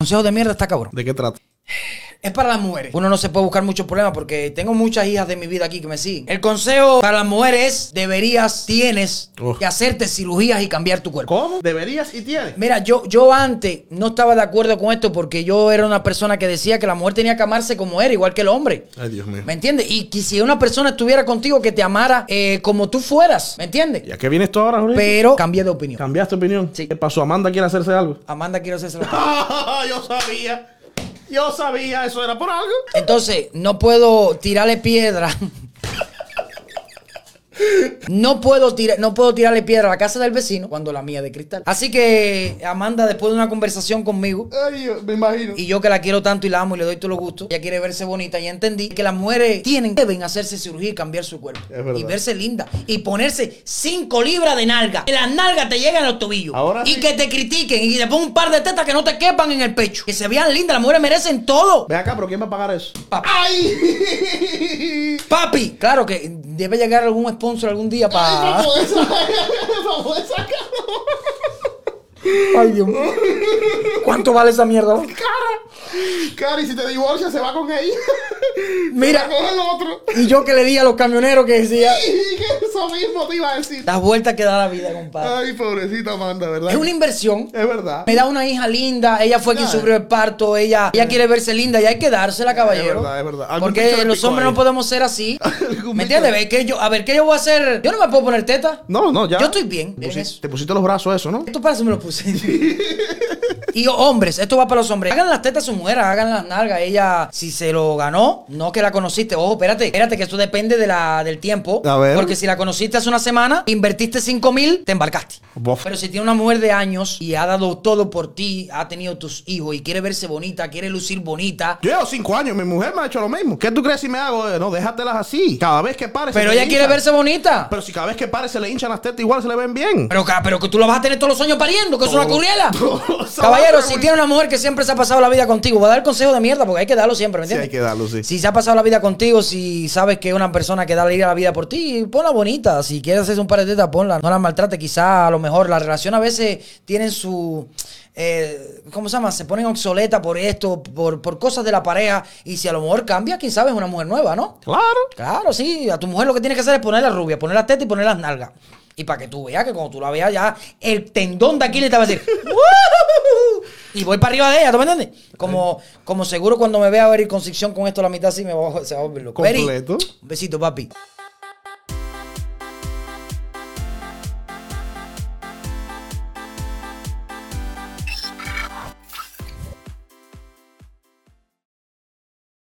consejo de mierda está cabrón. ¿De qué trata? Es para las mujeres. Uno no se puede buscar muchos problemas porque tengo muchas hijas de mi vida aquí que me siguen. El consejo para las mujeres es, deberías, tienes Uf. que hacerte cirugías y cambiar tu cuerpo. ¿Cómo? Deberías y tienes. Mira, yo, yo antes no estaba de acuerdo con esto porque yo era una persona que decía que la mujer tenía que amarse como era, igual que el hombre. Ay, Dios mío. ¿Me entiendes? Y que si una persona estuviera contigo que te amara eh, como tú fueras, ¿me ¿Y entiendes? a qué vienes tú ahora, Jorge? Pero cambié de opinión. ¿Cambiaste opinión? Sí. ¿Qué pasó? ¿Amanda quiere hacerse algo? Amanda quiero hacerse la- Yo sabía. Yo sabía. Eso era por algo. Entonces, no puedo tirarle piedra. No puedo, tira- no puedo tirarle piedra a la casa del vecino cuando la mía es de cristal. Así que Amanda, después de una conversación conmigo, Ay, yo- me imagino. y yo que la quiero tanto y la amo y le doy todos los gustos, ella quiere verse bonita y entendí que las mujeres tienen, deben hacerse cirugía y cambiar su cuerpo. Es verdad. Y verse linda. Y ponerse 5 libras de nalga. Que las nalgas te lleguen a los tobillos. Ahora y sí. que te critiquen y te pongan un par de tetas que no te quepan en el pecho. Que se vean lindas, las mujeres merecen todo. Ve acá, pero ¿quién va a pagar eso? Papá. ¡Ay! Papi, claro que debe llegar algún sponsor algún día para. Ay, Dios mío. ¿Cuánto vale esa mierda? Cari, si te divorcias, se va con ella. Mira, Con el otro. y yo que le di a los camioneros que decía. Y que eso mismo te iba a decir. Las vueltas que da la vida, compadre. Ay, pobrecita Amanda, ¿verdad? Es una inversión. Es verdad. Me da una hija linda, ella fue quien Claro. sufrió el parto, ella, ella quiere verse linda y hay que dársela, caballero. verdad, es verdad. Algún bicho Porque le los picó hombres ahí. no podemos ser así. Algún ¿Me bicho entiendes? le- Ve que yo, a ver, ¿qué yo voy a hacer? Yo no me puedo poner teta. No, no, ya. Yo estoy bien Te en pusiste, eso. te pusiste los brazos, eso, ¿no? Esto para eso me lo puse. y hombres, esto va para los hombres. Hagan las tetas a su mujer, hagan las nalgas. Ella, si se lo ganó, no que la conociste. Ojo, espérate, espérate, que esto depende de la, del tiempo. A ver. Porque si la conociste hace una semana, invertiste 5 mil, te embarcaste. Bof. Pero si tiene una mujer de años y ha dado todo por ti, ha tenido tus hijos y quiere verse bonita, quiere lucir bonita. Yo llevo cinco años, mi mujer me ha hecho lo mismo. ¿Qué tú crees si me hago? Eh, No, déjatelas así. Cada vez que pare. se Pero le ella quiere hinchan. verse bonita. Pero si cada vez que pare se le hinchan las tetas, igual se le ven bien. Pero, ca- pero que tú la vas a tener todos los años pariendo, que es una Todo- curiela. todo esa Caballero, vaina, si güey. tiene una mujer que siempre se ha pasado la vida contigo, va a dar consejo de mierda porque hay que darlo siempre, ¿me Sí, entiendes? hay que darlo, sí. Si se ha pasado la vida contigo, si sabes que es una persona que da la vida a la vida por ti, ponla bonita. Si quieres hacer un par de tetas, ponla. No la maltrate. Quizá a lo mejor la relación a veces tienen su... eh, ¿Cómo se llama? Se ponen obsoleta por esto, por, por cosas de la pareja. Y si a lo mejor cambia, quién sabe, es una mujer nueva, ¿no? Claro. Claro, sí. A tu mujer lo que tienes que hacer es poner la rubia, poner la teta y poner las nalgas. Y para que tú veas que cuando tú la veas ya, el tendón de aquí le te va a decir. "Woo". Y voy para arriba de ella, ¿tú me entiendes? Como, como seguro cuando me vea a ver con sección con esto a la mitad, sí me va, a- se va a volver loco. Beri, Completo. Un besito, papi. Thank